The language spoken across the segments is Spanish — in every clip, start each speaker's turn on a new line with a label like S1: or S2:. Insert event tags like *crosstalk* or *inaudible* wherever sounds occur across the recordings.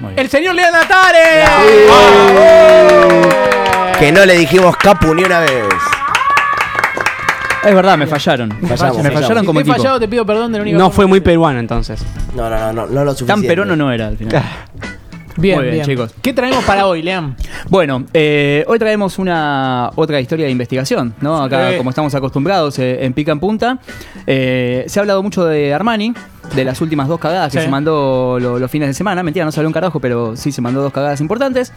S1: Muy bien.
S2: El señor León Natare.
S3: Que no le dijimos capu ni una vez.
S1: Es verdad, me fallaron.
S3: Fallamos,
S1: me
S3: fallamos.
S1: fallaron como
S2: Si te he
S1: equipo.
S2: fallado, te pido perdón de la única
S4: No
S2: forma
S4: fue
S2: que-
S4: muy peruano entonces.
S3: No, no, no, no, no lo
S1: Tan
S3: suficiente.
S1: peruano no era al final.
S2: Bien,
S1: Muy bien,
S2: bien.
S1: chicos.
S2: ¿Qué traemos para hoy, Leam?
S1: Bueno, eh, hoy traemos una otra historia de investigación, ¿no? Acá,
S2: Sí.
S1: como estamos acostumbrados eh, en pica en punta. Eh, se ha hablado mucho de Armani, de las últimas dos cagadas que
S2: Sí.
S1: se mandó lo- los fines de semana. Mentira, no salió un carajo, pero sí se mandó dos cagadas importantes.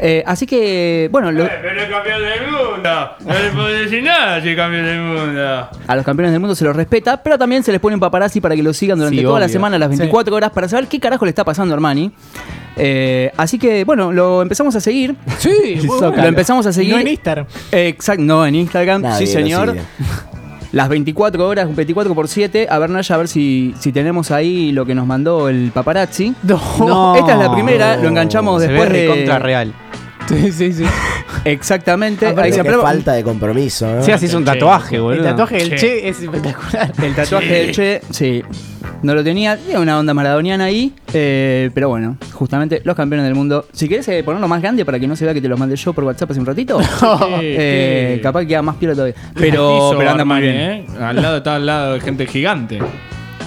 S1: Eh, así que, bueno, lo-
S5: Eh, Pero es campeón del mundo. No le puedo decir nada si es campeón del mundo.
S1: a los campeones del mundo se los respeta, pero también se les pone un paparazzi para que lo sigan durante
S4: Sí,
S1: toda la
S4: obvio.
S1: semana, las 24 horas, para saber qué carajo le está pasando a Armani. Eh, así que, bueno, lo empezamos a seguir.
S2: *laughs* Sí,
S1: muy bueno. Lo empezamos a seguir.
S2: No en Instagram.
S1: Exacto, no, en Instagram,
S3: Nadie
S1: sí
S3: lo
S1: señor.
S3: sigue.
S1: *laughs* Las 24 horas, un 24 por 7. A ver, Naya, a ver si, si tenemos ahí lo que nos mandó el paparazzi.
S4: No.
S1: Esta es la primera, lo enganchamos
S4: Se
S1: después
S4: ve
S1: de...
S4: recontra real.
S2: Sí, sí, sí.
S1: Exactamente.
S4: Ah,
S2: Aparte
S1: Ahí se
S3: Qué
S1: aprueba-
S3: falta de compromiso, ¿no?
S4: Sí, así es un tatuaje,
S2: El
S4: boludo.
S2: tatuaje del
S5: Che.
S2: Che es espectacular.
S1: *laughs* El tatuaje del Che, sí. No lo tenía, tiene una onda maradoniana ahí. eh, pero bueno, justamente los campeones del mundo. Si quieres eh, ponerlo más grande para que no se vea que te lo mandé yo por WhatsApp hace un ratito, eh, capaz que queda más piola todavía. Pero,
S5: Petizo,
S1: pero anda muy
S5: Armani,
S1: bien.
S5: ¿eh? Al lado está al lado de gente gigante.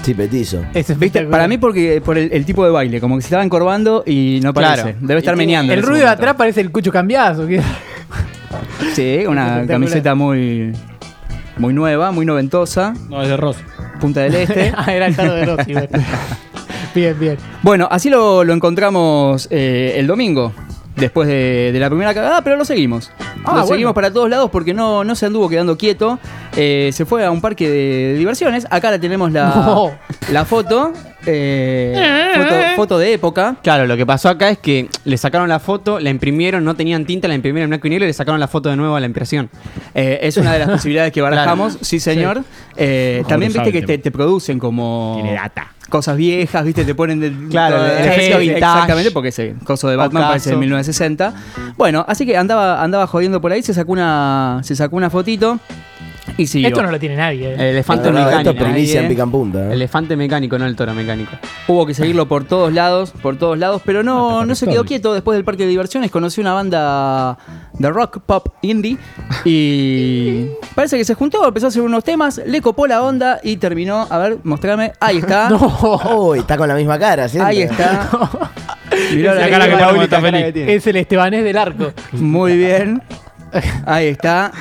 S3: Sí, petizo.
S2: Es
S1: ¿Viste?
S2: espectacular.
S1: Para mí porque eh, por el, el tipo de baile, como que se estaba encorvando y no
S4: Claro.
S1: parece. Debe estar meneando. en
S2: El
S1: ese
S2: ruido de
S1: momento.
S2: atrás parece el cucho cambiazo. que-
S1: Sí, una
S2: Espectacular.
S1: camiseta muy muy nueva, muy noventosa,
S5: No, es de Ross.
S1: Punta del Este.
S2: *laughs* ah, era el tardo de
S1: *laughs*
S2: Rossi. bueno. bien, bien.
S1: bueno, así lo, lo encontramos eh, el domingo. Después de, de la primera cagada, pero lo seguimos.
S2: Ah,
S1: lo
S2: bueno.
S1: seguimos para todos lados porque no, no se anduvo quedando quieto. Eh, se fue a un parque de, diversiones. Acá la tenemos la,
S2: No.
S1: la foto, eh, foto. Foto de época.
S4: Claro, lo que pasó acá es que le sacaron la foto, la imprimieron, no tenían tinta, la imprimieron en blanco y negro y le sacaron la foto de nuevo a la impresión.
S1: Eh, es una de las posibilidades que barajamos, sí señor. Eh,
S5: Ojo,
S1: también
S5: lo
S1: viste
S5: sabe
S1: que
S5: el
S1: te,
S5: tema.
S1: te producen como cosas viejas, viste, te ponen de,
S4: Claro,
S1: toda-
S4: el efecto vintage.
S1: exactamente, porque ese coso de Batman
S4: Ocaso.
S1: parece de 1960. Bueno, así que andaba, andaba jodiendo por ahí, se sacó una, se sacó una fotito y siguió.
S2: Esto no lo tiene nadie. eh.
S4: El elefante
S3: No, no, no, esto es
S4: mecánico.
S1: primi-
S3: primicia
S1: Nadie.
S3: en pica en punta. ¿eh?
S4: Elefante mecánico, no el toro mecánico.
S1: Hubo que seguirlo por todos lados, por todos lados, pero no, no se quedó quieto. Después del parque de diversiones conoció una banda de rock, pop, indie y parece que se juntó, empezó a hacer unos temas, le copó la onda y terminó, a ver, mostrame, ahí está,
S3: Uy, está con la misma cara, ¿sí?
S1: ahí está. Mirá
S5: La
S1: la-
S5: cara que está
S4: Paulita,
S5: bonita,
S4: la cara
S5: feliz.
S4: que tiene.
S2: Es el Estebanés
S1: *laughs*
S2: del arco.
S3: Pues,
S1: Muy bien, ahí está.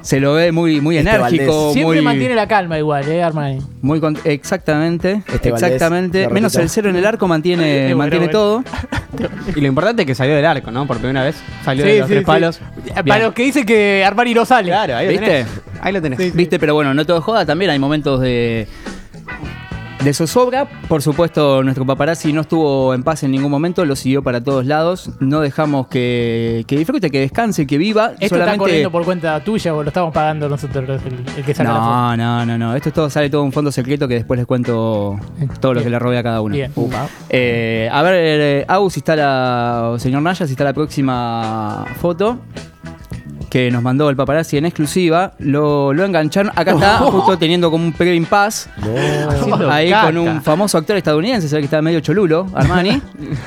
S1: Se lo ve muy, muy
S3: Este
S1: enérgico,
S3: Valdés.
S2: Siempre
S1: muy,
S2: mantiene la calma igual, eh, Armani.
S1: muy con- exactamente,
S3: Este Valdés,
S1: exactamente.
S3: la
S1: Menos
S3: ratita.
S1: el cero en el arco mantiene,
S2: *laughs* Bueno,
S1: mantiene
S2: bueno.
S1: todo.
S4: Y lo importante es que salió del arco, ¿no? Por primera vez. Salió
S2: Sí,
S4: de los
S2: sí,
S4: tres
S2: sí. Eh,
S4: palos.
S2: Para
S4: Bien.
S2: los que dicen que Armani no sale.
S4: Claro, ahí lo
S1: ¿Viste?
S4: tenés. Ahí lo tenés.
S1: Viste, pero bueno, no todo es joda, también hay momentos de de zozobra. Por supuesto, nuestro paparazzi no estuvo en paz en ningún momento, lo siguió para todos lados. No dejamos que, que disfrute, que descanse, que viva.
S2: Esto Este está corriendo por cuenta tuya o lo estamos pagando nosotros el, el que saca la foto.
S1: No, no, no, no. Esto es todo, sale todo un fondo secreto que después les cuento todo lo que
S2: Eh, Bien.
S1: le robé a cada uno.
S2: Bien.
S1: Eh, a ver, eh, Agus, si está la. o Señor Naya, si está la próxima foto que nos mandó el paparazzi en exclusiva. Lo, lo engancharon. Acá está,
S2: Oh.
S1: justo teniendo como un pequeño impasse.
S4: Haciendo
S1: Ahí
S4: caca.
S1: con un famoso actor estadounidense, se ve que estaba medio cholulo,
S2: *laughs*
S1: Armani.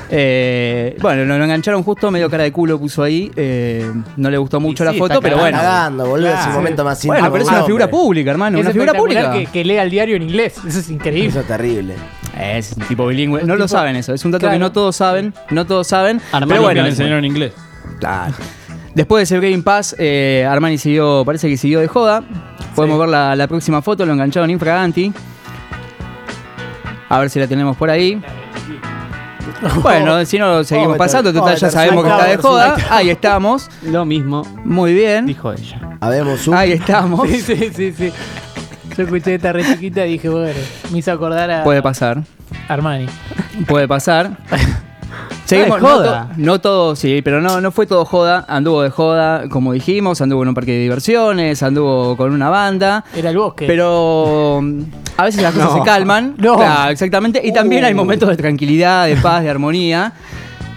S1: Eh, bueno, lo, lo engancharon justo, medio cara de culo puso ahí. eh, no le gustó mucho
S4: sí,
S1: la
S4: está
S1: foto, pero
S3: Está
S1: bueno.
S3: Cagando, boludo, es
S4: Claro.
S3: el momento más
S1: Bueno,
S3: íntimo
S1: pero es
S3: de un
S1: una figura
S3: hombre.
S1: pública, hermano.
S2: Es
S1: una figura
S2: espectacular
S1: pública.
S2: Que, que lea el diario en inglés. Eso es increíble.
S1: *laughs*
S3: Eso es terrible.
S1: Es un tipo bilingüe. No
S2: Tipo-
S1: lo saben eso. Es un dato
S2: Claro.
S1: que no todos saben. No todos saben.
S4: Armani
S1: pero
S5: que
S1: bueno.
S5: le
S1: es-
S5: enseñaron inglés.
S1: Claro. Después de ese Game Pass, eh, Armani siguió, parece que siguió de joda. Podemos ver la, la próxima foto, lo engancharon infraganti. A ver si la tenemos por ahí. Bueno, si no, seguimos
S3: Pobre
S1: pasando.
S3: ter-
S1: Total, ya
S3: pobre
S1: sabemos que está de
S3: tercer
S1: joda. Ahí estamos.
S4: Lo mismo
S1: Muy bien.
S4: dijo ella.
S3: Habemos un...
S1: Ahí estamos.
S2: *laughs* Sí, sí, sí, sí. Yo escuché esta re chiquita y dije, bueno, me hizo acordar a
S1: Puede pasar.
S2: Armani.
S1: Puede
S4: *laughs*
S1: pasar. Seguimos, no,
S4: No es
S1: joda.
S4: joda.
S1: No, todo, sí, pero no, no fue todo joda. Anduvo de joda, como dijimos, anduvo en un parque de diversiones, anduvo con una banda.
S2: Era el bosque.
S1: Pero um, a veces
S4: *laughs*
S1: las cosas se calman.
S2: No.
S4: Uh.
S1: Claro, exactamente. Y también hay momentos de tranquilidad, de paz, de armonía.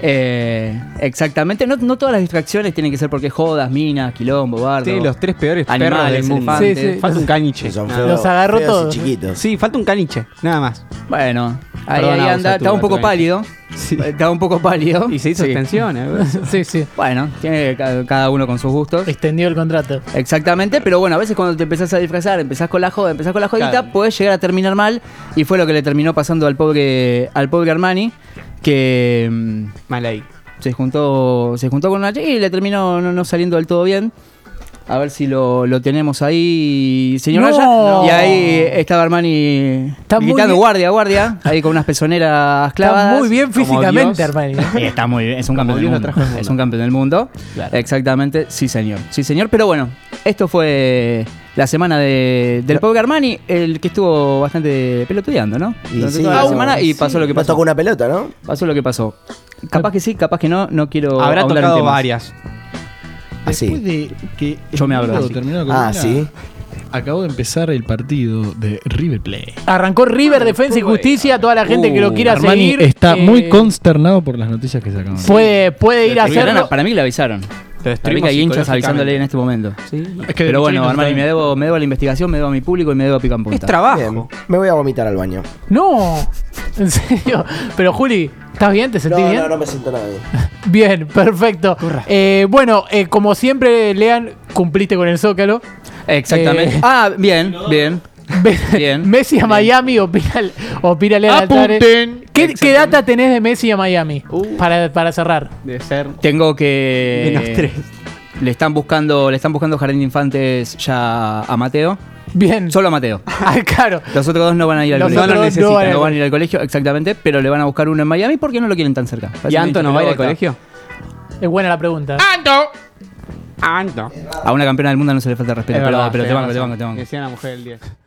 S1: Eh, exactamente. No, no todas las distracciones tienen que ser porque jodas, minas, quilombo, bardo.
S4: Tiene los tres peores perros
S1: Animales,
S4: del mundo.
S1: elefantes.
S2: Sí, sí.
S4: Falta un caniche.
S3: Son
S4: Nada.
S3: feos,
S2: Los agarró
S3: feos y
S2: todos.
S3: chiquitos.
S4: Sí, falta un caniche, nada más.
S1: Bueno, ahí,
S4: Perdona,
S1: ahí
S4: Gonza,
S1: anda.
S4: tú,
S1: Estaba un poco
S4: naturalmente.
S1: pálido. Estaba un poco pálido.
S4: Y se hizo ¿eh?
S1: Sí.
S4: extensiones.
S2: Sí, sí.
S1: Bueno, tiene ca- cada uno con sus gustos.
S2: Extendió el contrato.
S1: Exactamente, pero bueno, a veces cuando te empezás a disfrazar, empezás con la joda, empezás con la jodita,
S4: Claro.
S1: puedes llegar a terminar mal. Y fue lo que le terminó pasando al pobre, al pobre Armani, que mm,
S4: Mal ahí.
S1: se juntó, se juntó con una chica y le terminó no, no saliendo del todo bien. A ver si lo, lo tenemos ahí, señor
S2: No.
S1: Raya. Y ahí estaba Armani
S2: Está muy
S1: gritando
S2: bien.
S1: guardia, guardia, ahí con unas pezoneras clavadas.
S2: Está muy bien
S1: como
S2: físicamente,
S1: Dios.
S2: Armani.
S1: Eh, Está muy bien, es un
S4: Como
S1: campeón del
S4: Dios lo
S1: mundo.
S4: trajo al mundo.
S1: Es un campeón del mundo.
S4: Claro.
S1: Exactamente, sí señor. Sí señor, pero bueno, esto fue la semana de- del Pau Armani, el que estuvo bastante pelotudeando, ¿no?
S3: Y
S1: Durante
S3: sí,
S1: toda la
S3: no,
S1: semana y pasó lo que
S3: No
S1: pasó.
S3: tocó una pelota, ¿no?
S1: Pasó lo que pasó. Capaz que sí, capaz que no, no quiero
S4: Habrá
S1: ahondar en
S4: tocado
S1: temas.
S4: varias.
S3: Así.
S6: Después de que
S1: Ah, Yo me abro
S6: Edmundo
S1: así.
S6: terminó la
S3: Ah,
S6: columna,
S3: sí.
S6: Acabó de empezar el partido de River Plate.
S2: Arrancó River, Defensa y Justicia. Toda la gente que
S1: Uh,
S2: lo quiera
S6: Armani
S2: seguir.
S6: está
S2: eh,
S6: muy consternado por las noticias que sacaban.
S2: Puede, puede ir a
S1: Para mí,
S2: hacerlo.
S1: para mí que le avisaron.
S4: Lo
S1: Para mí
S4: destruimos
S1: que hay hinchas
S4: psicológicamente.
S1: avisándole en este momento.
S6: Es que
S1: Pero bueno,
S6: Chino
S1: Armani,
S6: está-
S1: me debo, me debo a la investigación, me debo a mi público y me debo a Picampunta.
S4: Es trabajo.
S3: Bien. Me voy a vomitar al baño.
S2: No, *laughs* en serio. Pero Juli, ¿estás bien? ¿Te
S3: No,
S2: sentís bien?
S3: no, no me siento nada bien.
S2: Bien, perfecto. Eh, bueno, eh, como siempre, Lean, cumpliste con el Zócalo.
S1: Exactamente.
S2: Eh.
S1: Ah, bien, bien.
S2: Ve-
S1: Bien.
S2: Messi a Miami, opina, opina Lean Altares.
S6: Apunten.
S2: ¿Qué, qué data tenés de Messi a Miami? para, para cerrar.
S4: Debe ser
S1: Tengo que.
S4: menos tres.
S1: Le están buscando, le están buscando Jardín de Infantes ya a Mateo.
S2: Bien.
S1: Solo a Mateo.
S2: *laughs* Ah, claro.
S1: Los otros dos no van a ir al
S2: Los
S1: colegio.
S2: otros No lo dos no necesitan. van a ir.
S1: No van a ir al colegio, exactamente, pero le van a buscar uno en Miami porque no lo quieren tan cerca.
S4: ¿Y Anto no va a ir al
S1: Basta.
S4: colegio?
S2: Es buena la pregunta.
S4: Anto.
S1: A una campeona del mundo no se le falta respeto, pero, pero te banco, te banco, te banco.
S4: Decía la mujer del 10.